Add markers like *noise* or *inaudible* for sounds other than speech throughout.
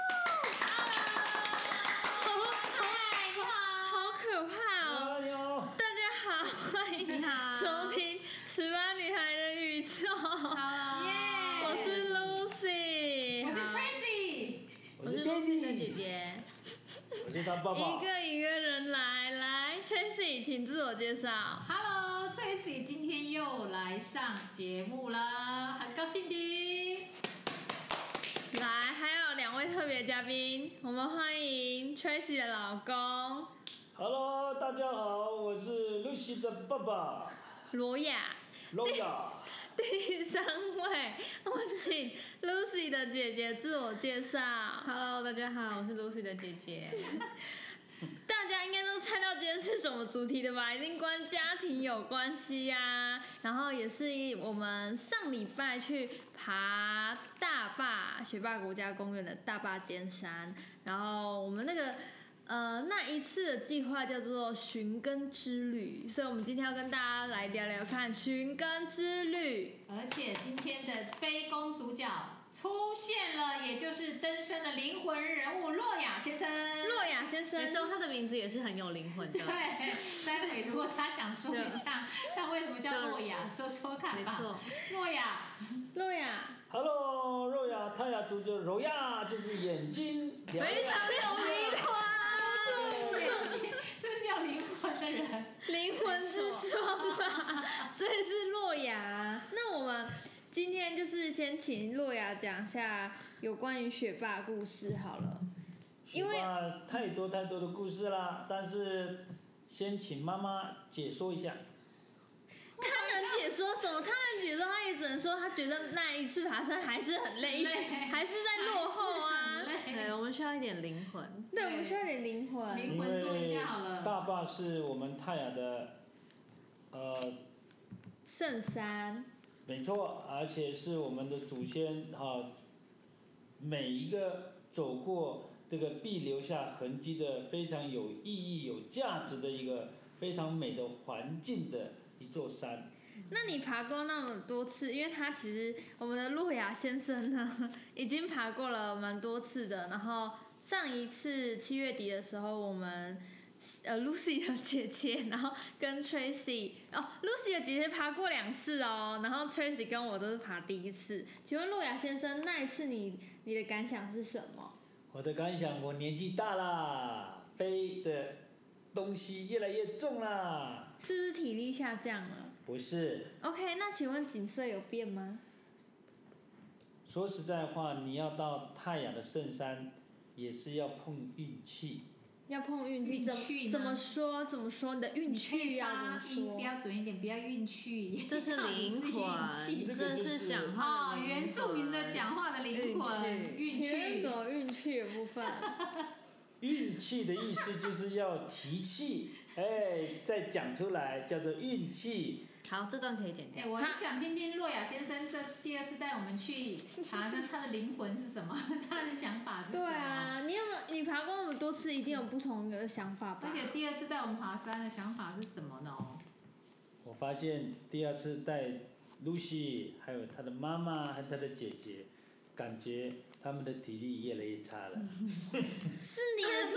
哦他爸爸一个一个人来，来，Tracy，请自我介绍。 Hello，Tracy 哦今天又来上节目啦，很高兴的。来，还有两位特别嘉宾，我们欢迎 Tracy 的老公 Hello，大家好，我是 Lucy 的爸爸罗雅， Loya。第三位，我们请 Lucy 的姐姐自我介绍。Hello，大家好，我是 Lucy 的姐姐。大家应该都猜到今天是什么主题的吧？一 *laughs* 定关家庭有关系呀、然后也是我们上礼拜去爬大坝雪霸国家公园的大坝尖山，然后我们那个。呃，那一次的计划叫做寻根之旅，所以我们今天要跟大家来聊聊看寻根之旅。而且今天的非公主角出现了，也就是登山的灵魂人物洛雅先生。洛雅先生没，错，他的名字也是很有灵魂的对。，待会如果他想说一下他为什么叫洛雅，说说看没吧。错，洛雅，洛雅， Hello，肉雅，太阳族就柔雅，就是眼睛。非常有灵魂，眼睛是不是有灵魂的人？灵魂之窗啊，所以是洛雅。那我们今天就是先请洛雅讲一下有关于学霸故事好了。因为学霸太多太多的故事啦，但是先请妈妈解说一下。他能解说什么？他能解说，他也只能说他觉得那一次爬山还是很累，累 *laughs* 还是在哎落后 *laughs* 啊。还是很累对，我们需要一点灵魂。对，我们需要点灵魂。灵魂说一下好因为了。大坝是我们泰雅的，呃，圣山，没错，而且是我们的祖先哈、每一个走过这个必留下痕迹的非常有意义、有价值的一个非常美的环境的一座山。那你爬过那么多次，因为他其实我们的路亚先生呢， *laughs* 已经爬过了蛮多次的。然后上一次七月底的时候，我们呃 Lucy 的姐姐，然后跟 Tracy 哦，Lucy 的姐姐爬过两次哦，然后 Tracy 跟我都是爬第一次。请问路亚先生，那一次你你的感想是什么？我的感想，我年纪大啦，背的东西越来越重啦。是不是体力下降了不是， ？OK，那请问景色有变吗？说实在话，你要到太阳的圣山，也是要碰运气。要碰运气，运怎么气呢怎么说？怎么说？你的运你可以气要发怎音么说？标准一点，不要运气。这是灵魂，这个这就是是讲话的，哦灵魂原住民的讲话的灵魂，运请问气怎。么运气的部分？运气的意思就是要提气，哎，再讲出来叫做运气。好，这段可以剪哎、掉。我很想听听洛雅先生这次第二次带我们去爬山，他的灵魂是什么？ *laughs* 他的想法是什 *laughs* 对么？啊，你有没有你爬过那么多次，一定有不同的想法吧而？且第二次带我们爬山的想法是什么呢？我发现第二次带 Lucy，还有她的妈妈，还有她的姐姐，感觉她们的体力越来越差嗯了。是你的体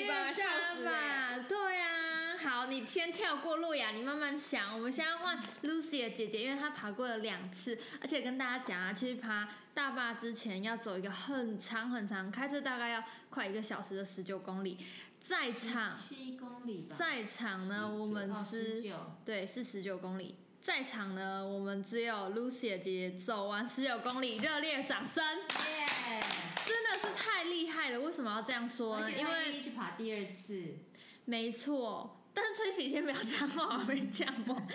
力 越来越差吧？欸对啊，好，你先跳过路亚，你慢慢想。我们现在换 Lucy 的姐姐，因为她爬过了两次，而且跟大家讲啊，其实爬大坝之前要走一个很长很长，开车大概要快一个小时的十九公里，在场七公里吧，在场呢，我们哦只19对是十九公里。在场呢，我们只有 Lucy 的姐姐走完十九公里，热烈掌声，耶！真的是太厉害了！为什么要这样说而呢？且因他为愿意去爬第二次，没错，但是崔喜先不要讲话，我还没讲完。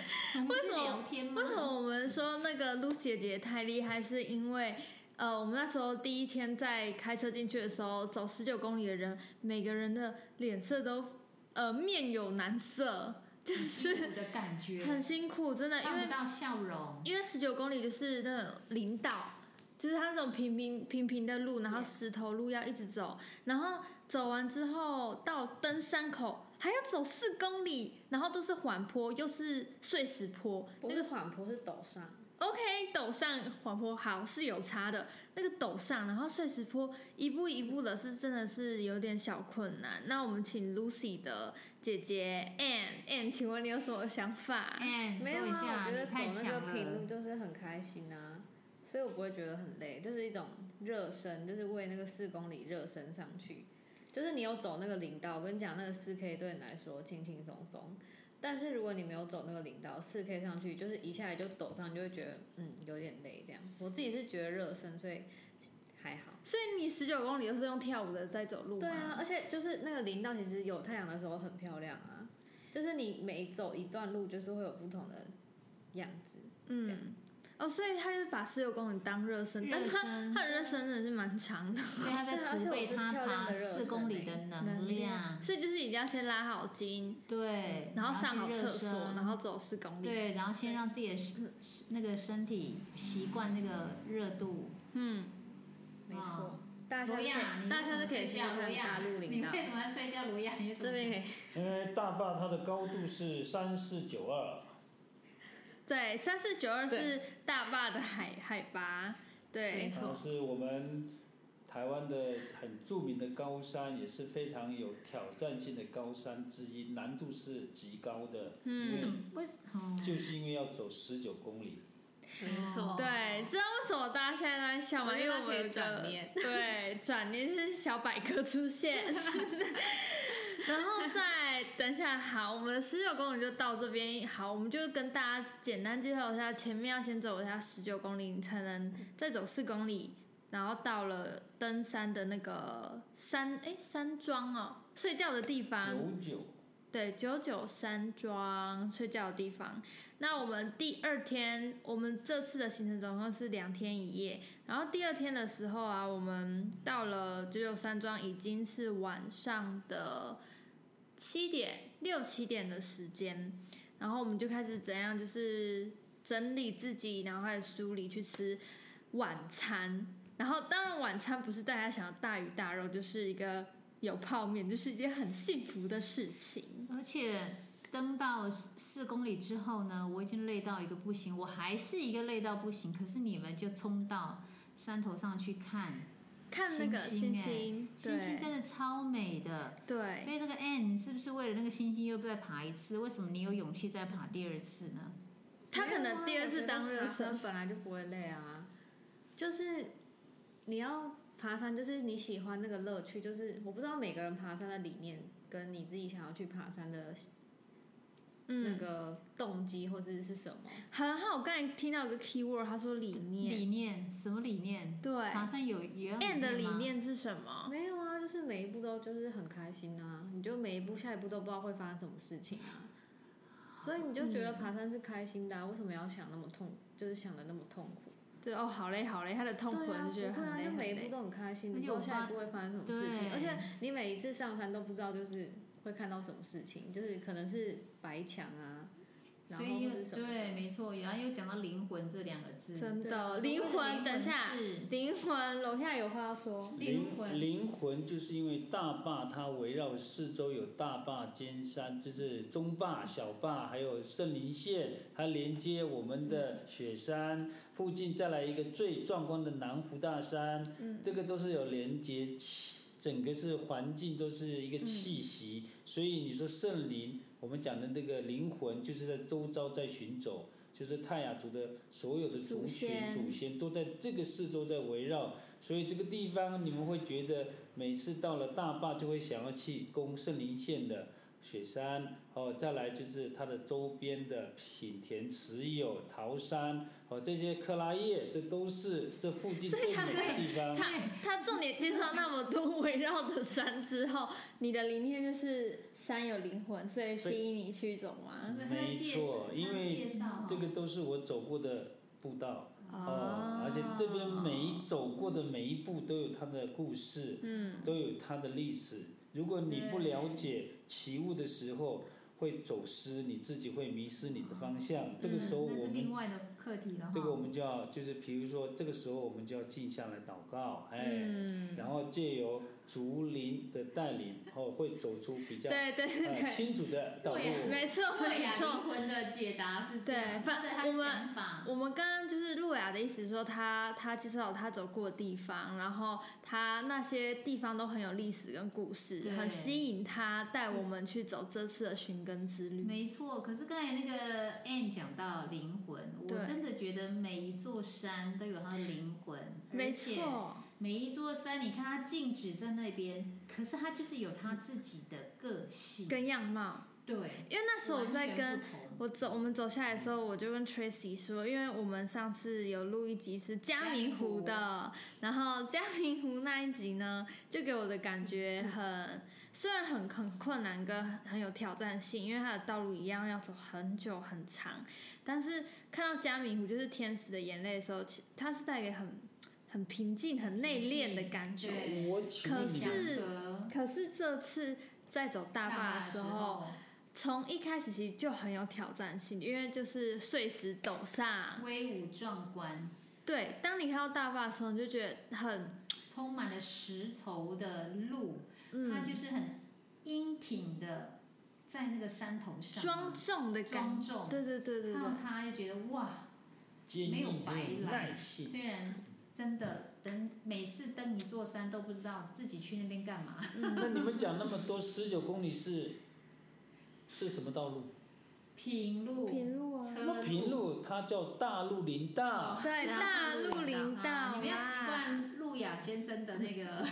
为什我们是么聊天？吗为什么我们说那个 Lucy 姐姐太厉害？是因为呃，我们那时候第一天在开车进去的时候，走十九公里的人，每个人的脸色都呃面有难色，就是我的感觉，很辛苦，真的，因看为不到笑容。因为十九公里就是那种林道，就是它那种平平平平的路，然后 Yeah. 石头路要一直走，然后走完之后到登山口还要走四公里，然后都是缓坡，又是碎石坡，那个缓坡是陡上， OK，陡上缓坡好是有差的，那个陡上，然后碎石坡一步一步的，是真的是有点小困难。那我们请 Lucy 的姐姐 Ann Ann，请问你有什么想法 Ann，没有哎说一啊，下，我觉得你太走那强个平路了。就是很开心啊，所以我不会觉得很累，就是一种热身，就是为那个四公里热身上去。就是你有走那个领道，我跟你讲，那个四 K 对你来说轻轻松松。但是如果你没有走那个领道，四 K 上去就是一下来就抖上，你就会觉得嗯有点累这样。我自己是觉得热身，所以还好。所以你十九公里都是用跳舞的在走路吗？对啊，而且就是那个林道，其实有太阳的时候很漂亮啊，就是你每走一段路，就是会有不同的样子。这样嗯，哦，所以他就是把十九公里当热身，但他身他的热身真的是蛮长的，所以他在对而且储我备是他漂亮爬的热四身公里欸的能能 *laughs* 量，所以就是一定要先拉好筋，对，然后上去好热厕所，身然后走四公里。对，然后先让自己的身那个身体习惯那个热度。嗯，没啊错，大家罗亚，你嗯大为什家么都可以睡试试觉？罗看亚大陆，你林道，为什么在睡觉？罗亚，你有什么这边可以因为大坝它的高度是三四九二，对，三四九二对是大坝的海海拔，对没，它错是我们台湾的很著名的高山，也是非常有挑战性的高山之一，难度是极高的。嗯因为为哦就是因为要走十九公里，没错，对，知道为什么大家现在都在笑吗？因因为为它我可以们有一个转念 *laughs* 对，转念是小百科出现， *laughs* 然后再等一下，好，我们的十九公里就到这边，好，我们就跟大家简单介绍一下，前面要先走一下十九公里，你才能再走四公里，然后到了登山的那个山，哎，山庄哦，睡觉的地啊方，九九对，九九山庄睡觉的地方。那我们第二天，我们这次的行程总共是两天一夜。然后第二天的时候啊，我们到了九九山庄，已经是晚上的七点六七点的时间。然后我们就开始怎样，就是整理自己，然后开始梳理去吃晚餐。然后当然晚餐不是大家想的大鱼大肉，就是一个有泡面，就是一件很幸福的事情。而且登到四公里之后呢，我已经累到一个不行，我还是一个累到不行。可是你们就冲到山头上去看，看那个星星星星，星星对真的超美的。所对，以这个 N 你是不是为了那个星星又再爬一次？为什么你有勇气再爬第二次呢？他可能啊第二次当热爬身，山本来就不会累啊，就是你要爬山，就是你喜欢那个乐趣，就是我不知道每个人爬山的理念跟你自己想要去爬山的那嗯，个动机或者是什么，很好。我刚才听到一个 keyword，他说理念，理念什么理念？对爬山有也要，and 的理吗念是什么？没有啊，就是每一步都就是很开心啊，你就每一步下一步都不知道会发生什么事情啊，所以你就觉得爬山是开心的、啊，为什么要想那么痛，就是想的那么痛苦？对哦，好累好累，他的痛苦对啊，就觉得不会很啊，累就很每一累步。都很开心，而你且不知我道下发一步会发生什么事情，对而且你每一次上山都不知道就是会看到什么事情，就是可能是白墙啊，然所后以或又是什么的对，没错，然后又讲到灵魂这两个字，哦真对啊的，所灵所谓的魂，等一下，是灵魂，楼下有话要说。灵魂灵魂就是因为大坝它围绕四周有大坝尖山，就是中坝、小坝，还有圣林县，它连接我们的雪山附近，再来一个最壮观的南湖大山，嗯这个都是有连接气，整个是环境都是一个气息，所以你说圣灵，我们讲的那个灵魂就是在周遭在寻走。就是泰雅族的所有的族祖群先祖先都在这个四周在围绕，所以这个地方你们会觉得每次到了大坝就会想要去攻圣林县的雪山，哦，再来就是它的周边的品田、池友、桃山，哦，这些克拉叶，这都是这附近所最以美它的地方。他他重点介绍那么多围绕的山之后，你的灵念就是山有灵魂，所以吸引你去走吗？没错因为这个个都是我走过的步道哦哦，而且这边每一走过的每一步都有它的故事，嗯，都有它的历史。如果你不了解起雾的时候，会走失，你自己会迷失你的方向。这个时候嗯那我是另们。外的课题了哈。这个我们就要就是，比如说这个时候我们就要静下来祷告，哎，嗯，然后借由竹林的带领，哦，会走出比较对对对呃对，清楚的道对路。没错 *laughs* *laughs* 对啊没呀，灵错。魂的解答是这样，对反他的我们想法我们刚刚就是路雅的意思说他，他介绍他走过的地方，然后他那些地方都很有历史跟故事，对很吸引他带我们去走这次的寻跟之旅。没错，可是刚才那个 Anne 讲到灵魂，我对真的觉得每一座山都有它的灵魂，没而且错，每一座山，你看它静止在那边，可是它就是有它自己的个性，跟样貌，对。因为那时候我在跟完全不同我走，我们走下来的时候，我就跟 Tracy 说，因为我们上次有录一集是嘉明湖的，然后嘉明湖那一集呢，就给我的感觉很，虽然很很困难跟很有挑战性，因为它的道路一样要走很久很长，但是看到嘉明湖就是天使的眼泪的时候，其它是带给很很平静、很内敛的感觉。对我请问可你嗯是们，祥和可是这次在走大坝大坝的时候，，从一开始其实就很有挑战性，因为就是碎石陡上。威武壮观，对，当你看到大坝的时候，你就觉得很，充满了石头的路，它嗯，就是很英挺的，在那个山头上庄重的感庄觉。重，对对对对看对到，它就觉得哇，坚没毅有白还有来耐性，虽然真的等每次登一座山都不知道自己去那边干嘛，嗯那你们讲那么多，十九公里是是什么道路？平路、平路啊，车平路，它叫大鹿林道。对大鹿林道啊你们要习啦惯路雅先生的那个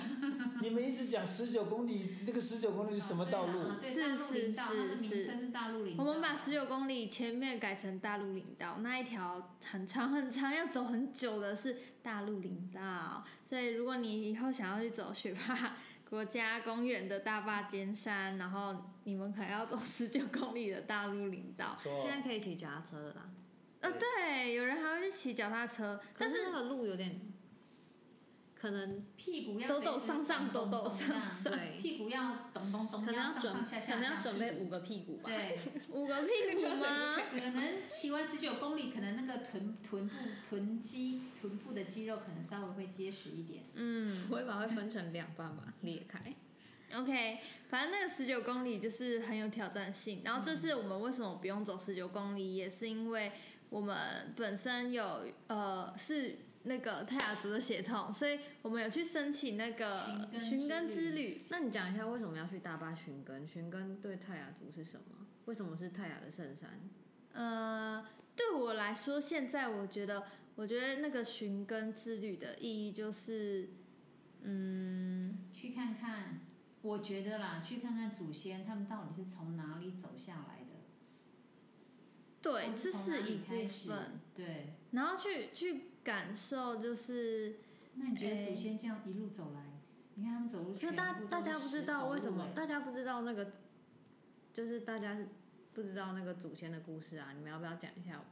你们一直讲十九公里，那个十九 *laughs* 公里是什么道路？啊对啊对是大鹿林道它的名称是大鹿林道。我们把十九公里前面改成大鹿林道，那一条很长很长，要走很久的是大鹿林道。所以如果你以后想要去走雪霸国家公园的大坝尖山，然后你们可能要走十九公里的大鹿林道。错现，在可以骑脚踏车的啦，呃，对，有人还会去骑脚踏车，可但是是那个路有点，可能屁股要抖抖随时上上咚抖抖咚咚这样上上对，屁股要咚咚咚，可能要要上准，上下下，可能要这样准备五个屁股吧。 *laughs* 对，五个屁股吗？可能骑完十九公里，可能那个臀臀部臀肌臀部的肌肉可能稍微会结实一点。嗯。我会把它分成两半吧，裂开。 OK，反正那个十九公里就是很有挑战性。然后这次我们为什么不用走十九公里，也是因为我们本身有呃是那个泰雅族的血统，所以我们有去申请那个寻根寻根之之旅旅。 *laughs* 那你讲一下为什么要去大巴寻根？寻根对泰雅族是什么？为什么是泰雅的圣山？呃，对我来说，现在我觉得，我觉得那个寻根之旅的意义就是，嗯，去看看，我觉得啦，去看看祖先他们到底是从哪里走下来的。对，或这是从哪是一里部开始分。对，然后去去感受，就是那你觉哎得祖先这样一路走来，你看他们走路就全大部都大是家不知石道头为什路么哎，大家不知道那个，就是大家不知道那个祖先的故事啊。你们要不要讲一下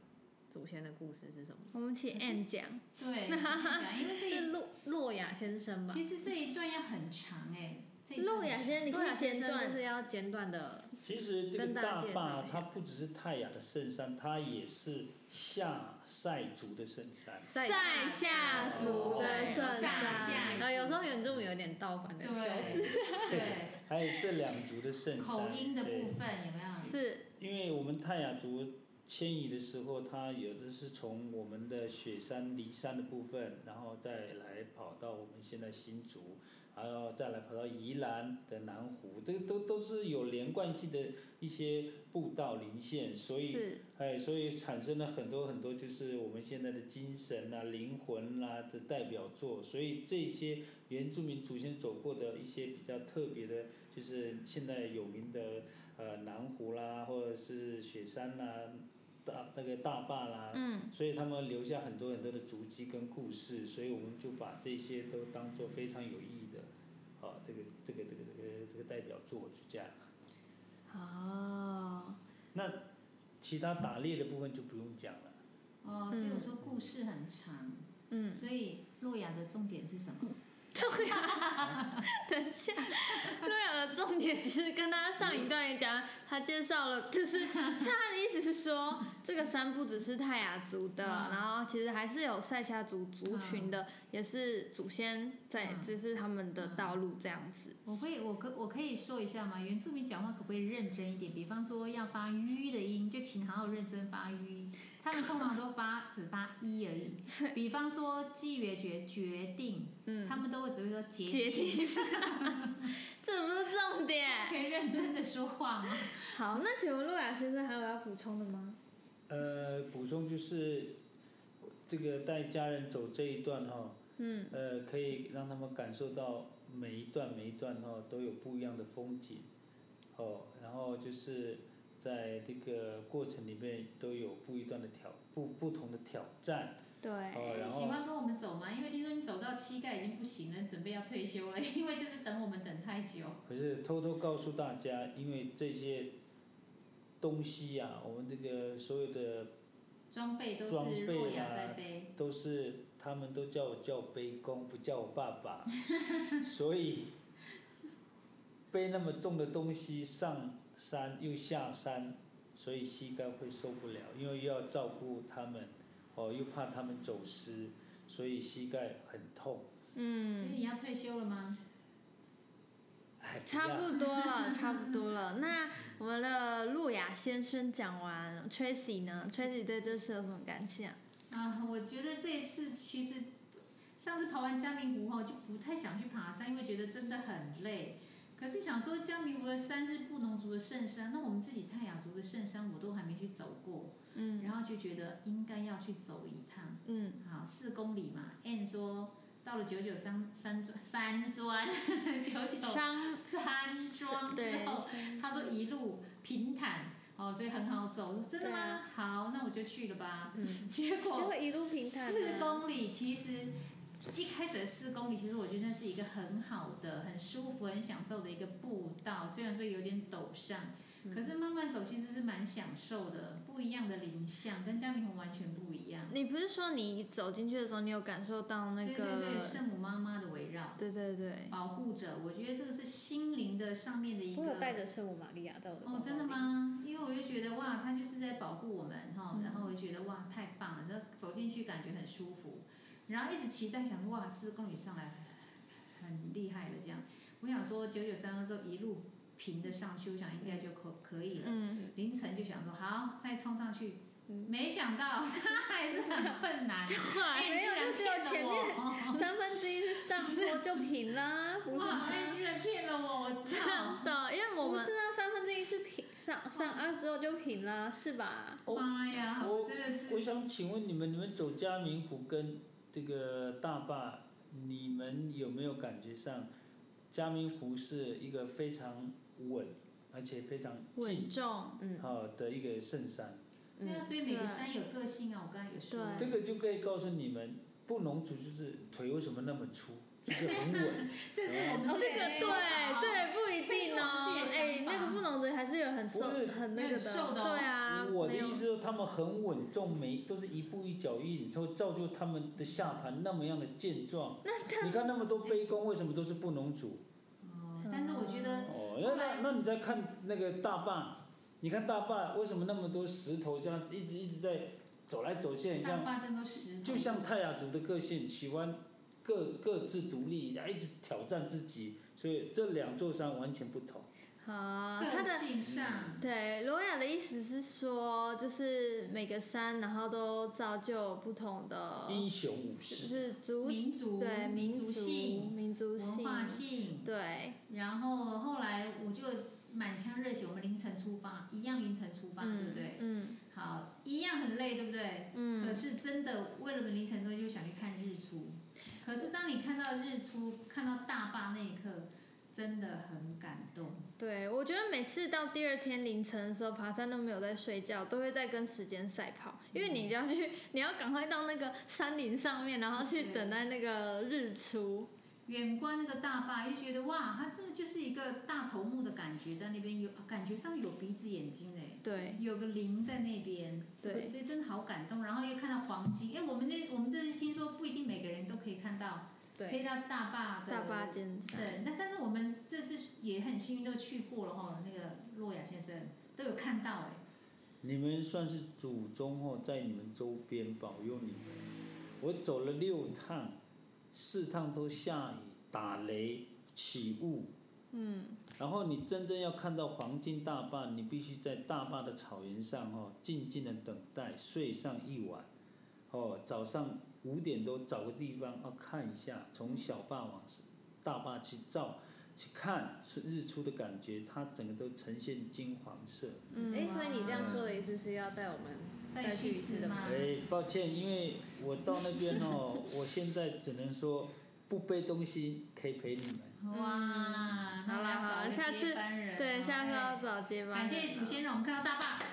祖先的故事是什么？我们请 Anne 讲。 *laughs* 对，我跟你讲因为这是一洛洛雅先生吧？其实这一段要很长哎、这一段路雅很先生，你洛可雅以先剪生断就。是要简短的，其实这跟个大家大介绍坝一下它不只是泰雅的圣山，它也是夏塞族的圣山。塞塞夏夏族族的的圣圣山山，然后有时候原住民有点倒反的对修辞，对还有这两族的圣山，口音的对部分有没有？是因为我们泰雅族迁移的时候，它有的是从我们的雪山、骊山的部分，然后再来跑到我们现在新竹，还要再来跑到宜兰的南湖，这个都都是有连贯性的一些步道林线，所以是，哎，所以产生了很多很多，就是我们现在的精神啊、灵魂啦、的代表作。所以这些原住民祖先走过的一些比较特别的，就是现在有名的呃南湖啦，或者是雪山啦、大那个大坝啦，嗯，所以他们留下很多很多的足迹跟故事。所以我们就把这些都当做非常有意义的，啊，这个这个这个这个这个代表作，就这样。哦，其他打猎的部分就不用讲了。哦，所以我说故事很长，嗯， *laughs* 所以洛雅的重点是什么？等一下，洛阳的重点其实跟他上一段也讲，他介绍了，就是他的意思是说，这个山不只是泰雅族的，嗯然后其实还是有塞夏族族群的，也是祖先在，嗯这是他们的道路这样子。我会，我可我可以说一下吗？原住民讲话可不可以认真一点？比方说要发吁的音，就请好好认真发吁。他们通常都发只发一而 *laughs* 已。比方说纪元决决定，嗯，他们都会只会说决决定。定，这不是重点。可以认真的说话吗？好，那请问路雅先生还有要补充的吗？呃，补充就是这个带家人走这一段哈、嗯呃，可以让他们感受到每一段每一段哦都有不一样的风景，哦，然后就是在这个过程里面都有不一段的挑不不同的挑战，，哦，哎你然喜后欢跟我们走吗？因为听说你走到膝盖已经不行了，准备要退休了， *laughs* 因为就是等我们等太久。可是偷偷告诉大家，因为这些东西呀、我们这个所有的装备都装是备若雅啊在背，都是他们都叫我叫背公，不叫我爸爸， *laughs* 所以背那么重的东西上山又下山，所以膝盖会受不了，因为又要照顾他们，哦，又怕他们走失，所以膝盖很痛。所以嗯，你要退休了吗？哎，不差要不多了，差不多了。那我们的路雅先生讲完，Tracy 呢？Tracy 对这事有什么感想？啊，我觉得这一次其实上次爬完嘉明湖后就不太想去爬山，因为觉得真的很累。可是想说嘉明湖的山是布农族的圣山，那我们自己泰雅族的圣山我都还没去走过，嗯然后就觉得应该要去走一趟。嗯，好，四公里嘛，N 说到了九九山山庄山庄 *laughs* 九九商山庄之对后，，他说一路平坦哦，所以很好走。真的吗？对啊好，那我就去了吧。嗯， *laughs* 结果就会一路平坦、啊。四公里其实一开始的四公里，其实我觉得那是一个很好的、很舒服、很享受的一个步道，虽然说有点陡上，嗯可是慢慢走其实是蛮享受的，不一样的林相，跟嘉明湖完全不一样。你不是说你走进去的时候，你有感受到那对对对，个？圣母妈妈的围绕。对对对，保护者，我觉得这个是心灵的上面的一我有个带着圣母玛利亚在我的包包哦，真的里？吗？因为我就觉得哇，他就是在保护我们哈，嗯然后我就觉得哇，太棒了，那走进去感觉很舒服，然后一直期待想说哇，四公里上来很厉害了这样。我想说九九三二之后一路平的上去，我想应该就可可以了。嗯，凌晨就想说好，再冲上去，嗯啊没想到 *laughs* 它还是很 *laughs* 困难。哎，没有，就只你居然有骗前了面我！哦三分之一是上坡就平啦， *laughs* 不是哇，吗？哎，你居然骗了我，我知道。真的，因为我不们是啊，三分之一是平上上二之后就平啦，是吧？我妈呀，我我真的是我想请问你们，你们走嘉明湖跟这个大坝，你们有没有感觉上，嘉明湖是一个非常稳，而且非常稳近重，嗯好的一个圣山？对啊，嗯，所以每个对山有个性啊，我刚才有说。对这个就可以告诉你们，布农族就是腿为什么那么粗，就是很稳。这是我们哦，自这己个的对说法哦对，不一这是定我哦们。自己的哎，想法那个不能的还是有很瘦不是很那个很瘦的哦对 *laughs* 啊，我的没有意思说，他们很稳重，每都是一步一脚印，然后造就他们的下盘那么样的健 *laughs* 壮。 *laughs* 你看那么多背弓，为什么都是布农族？哦但是我觉得，哦，那那那你再看那个大坝，你看大坝为什么那么多石头这样一直一直在走来走去，很大像坝真都十，就像泰雅族的个性，喜欢各各自独立，然后一直挑战自己，所以这两座山完全不同。好，他个的性上，对，罗雅的意思是说，就是每个山，然后都造就不同哦的，英雄武就士，是族民族、嗯对民族族性、民族文性，化性，对，然后后来我就满腔热血，我们凌晨出发，一样凌晨出发，对不嗯对？嗯好，一样很累，对不对？可嗯，是真的为了凌晨之后就想去看日出，可是当你看到日出，看到大坝那一刻，真的很感动。对，我觉得每次到第二天凌晨的时候，爬山都没有在睡觉，都会在跟时间赛跑，因为嗯你就要去， *laughs* 你要赶快到那个山林上面，然后去对等待那个日出，远观那个大坝，就觉得哇，它真的就是一个大头目的感觉，在那边有感觉上有鼻子眼睛哎，对有个灵在那边，对所以真的好感动。然后又看到黄金，哎，我们那我们这次听说不一定每个人都可以看到，可对，以到大坝的大巴尖山，对，那但是我们这次也很幸运，都去过了哈。那个洛雅先生都有看到哎，你们算是祖宗哦，在你们周边保佑你们。我走了六趟，四趟都下雨、打雷、起雾，嗯，然后你真正要看到黄金大坝，你必须在大坝的草原上哦，静静的等待，睡上一晚，哦，早上五点多找个地方哦看一下，从小坝往大坝去照去看日出的感觉，它整个都呈现金黄色。嗯哎，所以你这样说的意思是要在我们再再去去一次吃的吗？哎，抱歉，因为我到那边哦，我现在只能说不背东西可以陪你们。哇，那我要好啦好啦找个下次接班人对，哦下次要哎找接班感人。谢祖先让我们看到大坝，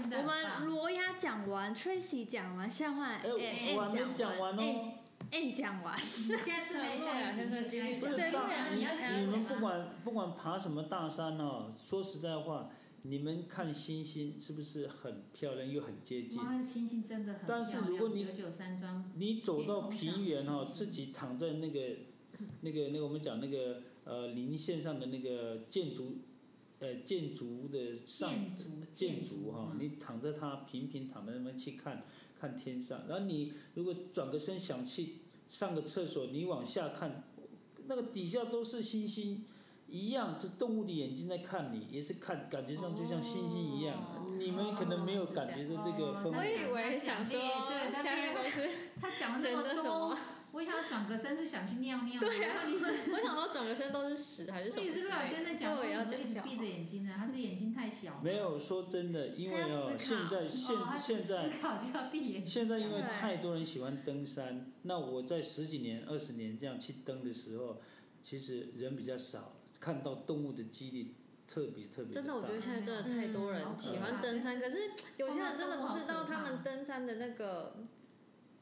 真的我很棒。们罗雅讲完，Tracy 讲完，现在换哎，我还没 N 讲完，N 哦。 N 讲完，下次还有下一陆集雅先生继续哎不是对大不然你要你讲你们什么不管不管爬什么大山哦，说实在话，你们看星星是不是很漂亮又很接近？哇，那星星真的很漂亮。但是如果你九九山庄，你走到平原哦，天空上的星自星己躺在那个那个那个我们讲那个呃林线上的那个建筑呃建筑的上建筑建筑哈、嗯你躺在它平平躺在那边去看看天上，然后你如果转个身想去上个厕所，你往下看，那个底下都是星星，一样，这动物的眼睛在看你，也是看，感觉上就像星星一样。哦你们可能没有是这样感觉到这个氛哦我那围。以为想说对但下面是都是他讲了那人么的什么多，？我想要转个身是想去尿尿。对啊然后你是，我想到整个身都是屎还是什那么你之是类不的？是老先生讲我过，也要你这一样直想闭着眼睛呢？他是眼睛太小。哦没有说真的，因为他哦要，思现考在现哦他现在思考就要闭眼睛。现在因为对太多人喜欢登山，那我在十几年、二十年这样去登的时候，其实人比较少，看到动物的几率特别特别地真的，我大觉得现在真的太多人喜欢登山，可是有些人真的不知道他们登山的那个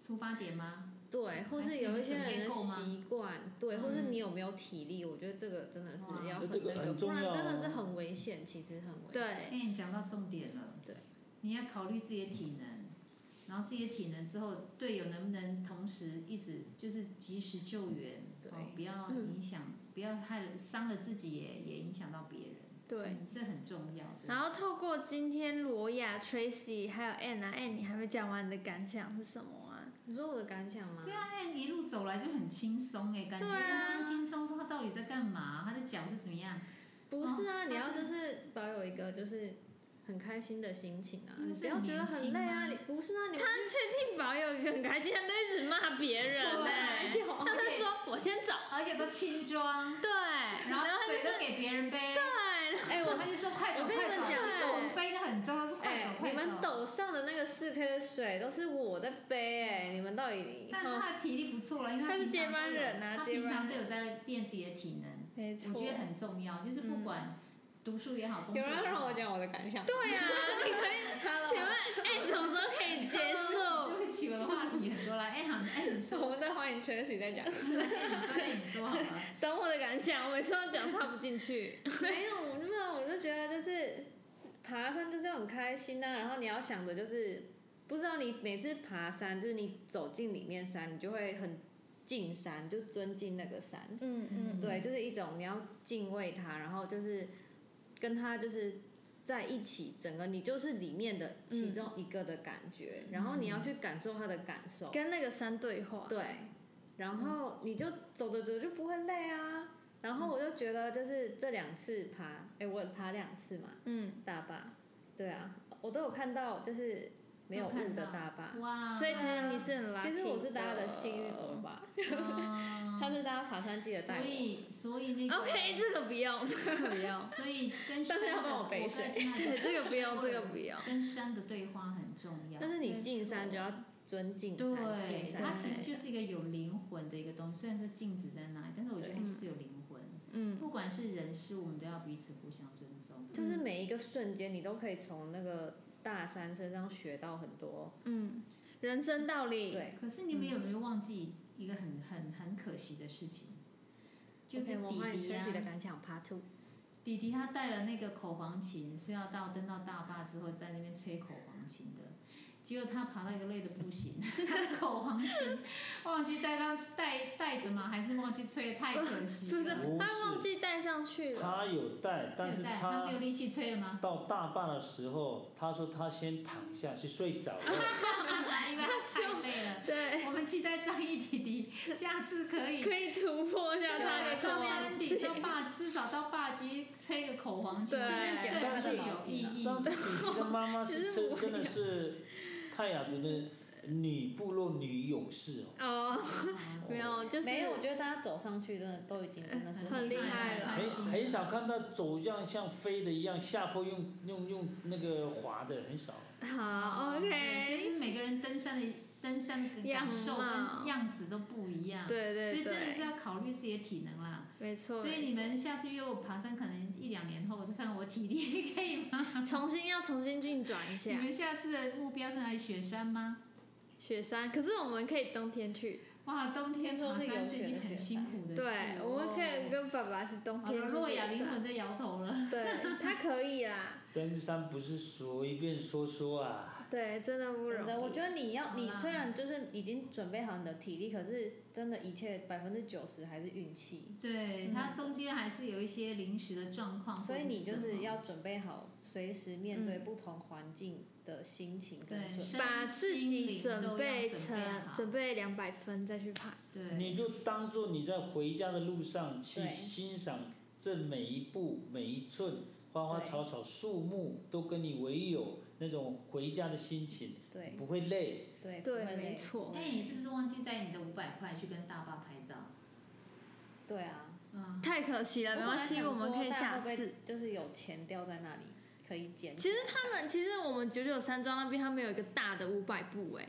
出发点吗？对，或是有一些人的习惯，对，或嗯是你有没有体力，我觉得这个真的是要很啊那个，不然真的是很危险，其实很危险。哎，对，你讲到重点了。对。你要考虑自己的体能，然后自己的体能之后，队友能不能同时一直就是及时救援，对哦，不要嗯影响，不要害了伤了自己也也影响到别人。对。嗯，这很重要的。然后透过今天罗雅、Tracy 还有 Ann 啊，Ann 你还没讲完你的感想是什么啊？你说我的感想吗对？啊，那一路走来就很轻松哎，感觉对啊他轻轻松松，他到底在干嘛？他的脚是怎么样？不是哦啊，你要就是保有一个就是很开心的心情啊，你不要觉得很累啊，你不是啊，你 *laughs* 他确定保有一个很开心，他都一直骂别人呢、没有，他就说我先走，而且都轻装，对，然然后后他就水都是给别人杯，对，哎，我他就说快走我跟你快们走。讲其实我们背的很重，是快走哎、快你们走。斗上的那个四 K 的水都是我在背哎、你们到底哦以但是后他的体力不错了，因为他是平常接班都有人啊他接平班常都人有在练自己的体能，没我觉得很重要。就是不嗯管读书也好，工有作人要也让好我，讲我的感想？ *laughs* 对啊，你可以， ，Hello， *laughs* 请问 Ann 什么时候可以结 *laughs* 束？对不起，我的话题很多了。哎，好，哎，你是说，我们在欢迎 Tracy 在讲， *laughs* 哎你说，哎，你说好了。 *laughs* 等我的感 *laughs* 想，我每次都讲插不进去。没有，我没有，我就觉得就是爬山就是要很开心呐、然后你要想着就是不知道你每次爬山，就是你走进里面山，你就会很敬山，就尊敬那个山，嗯嗯对，就是一种你要敬畏它，然后就是跟它就是在一起，整个你就是里面的其中一个的感觉，然后你要去感受它的感受，嗯跟那个山对话，对，然后你就走着走就不会累啊。然后我就觉得就是这两次爬，哎，我爬两次嘛，嗯，大坝，对啊，我都有看到就是没有都看雾的到大坝，哇，嗯所以其实你是很 lucky，其实我是大家的幸运儿吧， *laughs* 哦他是大家爬山记得带所我。以所以那个 OK，这个不用， *laughs* 这个不用，所以跟但山是要帮的我背我水跟那对， *laughs* 这个不用，这个不用。跟山的对话很重要。但是你进没山错就要尊敬山，敬啊对，山。它敬其实就山是一个有灵魂的一个东西，虽然是静止在那里，但是我觉得它就是有灵魂。嗯，不管是人事物，我们都要彼此互相尊重。就是每一个瞬间，你都可以从那个大山身上学到很多。嗯，人生道理，对，可是你们有没有忘记一个很很很可惜的事情？就是 OK，我弟欢迎弟学啊习，的感想 Part Two。弟弟他带了那个口簧琴，是要到登到大坝之后在那边吹口簧琴的，结果他爬到一个累的不行， *laughs* 他的口簧琴忘记带上带带着吗？还是忘记吹？太可 *laughs* 惜不是，了。他忘记带上去了。他有带，但是没有带他他没有力气吹了吗？到大坝的时候，他说他先躺下去睡着了。 *laughs* 因为他太累了。对，我们期待张毅弟弟以，下次可以可以突破啊一下他的对啊到口山红顶机到坝，至少到坝街吹个口黄旗，对那剪断他的啊对毛有巾啊意义。当时你的妈妈其是实真我真的是泰雅族的女部落女勇士哦。哦，啊没有，就是没有我觉得大家走上去真的都已经真的是很厉害很啊了。很哎很少看到走像像飞的一样下坡用用用那个滑的很少，好对，OK，所以每个人登山的登山的感样受貌跟样子都不一样，对所对以真的是对，要考虑自己的体能啦。没错。所以你们下次约我爬山，可能一两年后，我再看我体力可以 *laughs* 吗？没错重新要重新运转一你下们下次的目标是来雪山吗？雪山，可是我们可以冬天去，哇，冬天爬山是一件很辛苦的事。哦对，我们可以跟爸爸去冬好天了，去如果雪哑铃山我，在摇头 *laughs* 了。对他可以啊啦，登山不是随便说说啊。对，真的不真的，容我易。觉得你要，好你啦虽然就是已经准备好你的体力，可是真的，一切百分之九十还是运气，嗯对，它中间还是有一些临时的状哦况，所以你就或什是么要准备好随时面对嗯不同环境的心情跟对准备。身把自己心灵都准要备准成好准备两百分再去爬，对你就当做你在回家的路上去对欣赏这每一步每一寸花花对草草树木都跟你唯有那种回家的心情，对不会累。对对不会没累错哎，你是不是忘记带你的五百块去跟大巴拍照？对啊，嗯，太可惜了，没关系，我本来想们可以说大下家会不会次。就是有钱掉在那里可以捡。其实他们其实我们九九山庄那边他们有一个大的五百步哎、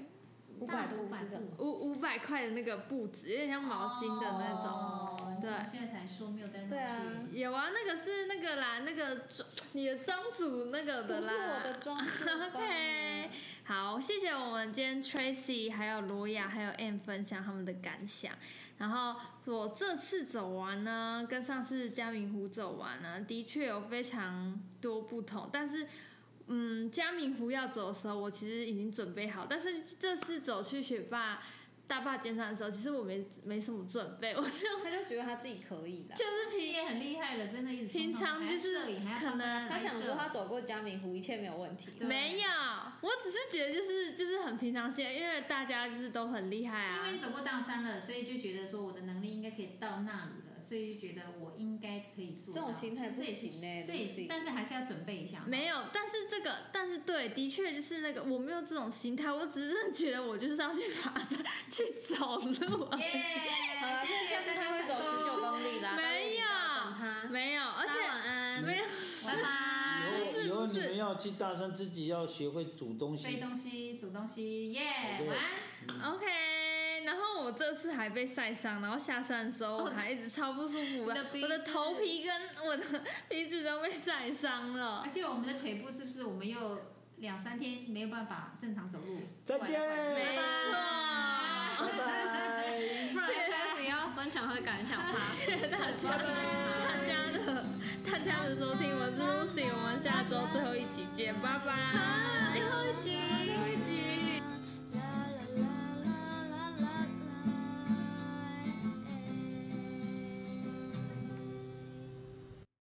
五百步是什么？五五百块的那个布子，有点像毛巾的那种。哦对你现在才说没有带上去。对啊有啊，那个是那个啦，那个庄你的庄主那个不的是我啦。的装啊饰吧 *laughs* OK，好，谢谢我们今天 Tracy 还有罗雅还有 M 分享他们的感想。然后我这次走完呢，跟上次嘉明湖走完呢，的确有非常多不同，但是。嗯，嘉明湖要走的时候，我其实已经准备好，但是这次走去雪霸大坝尖山的时候，其实我没没什么准备，我就他就觉得他自己可以啦。就是你平也很厉害了，真的一直平常就是可能 *laughs* 他想说他他走过嘉明湖，一切没有问题。对没有，我只是觉得就是就是很平常心，因为大家就是都很厉害因啊为。走过大山了，所以就觉得说我的能力应该可以到那里了，所以就觉得我应该可以做到。这种心态不行这也呢是这也是 Lucy 但是还是要准备一下。没有，但是这个，但是对，的确就是那个，我没有这种心态，我只是觉得我就是要去爬山，去走路啊而已。*laughs* 耶，好了，谢谢下次他会走十九公里啦。没有大家等他。没有，而大家晚且安。没有，*laughs* 拜拜。是以后以后不你是们要去大山，自己要学会煮东背西。嗯东西，煮东西，耶、对晚安。 OK，然后我这次还被晒伤，然后下山的时候我还一直超不舒服哦的，你啊的鼻我的子头皮跟我的 *laughs* 鼻子都被晒伤了而。且我们的腿部是不是我们又两三天没有办法正常走路？再见拜没错，拜拜。不然 Tracy 要分享他的感想吧。谢谢大家，大家的大家的收听，我是 Lucy，我们下周最后一集见，拜拜。最后一集，最后一集。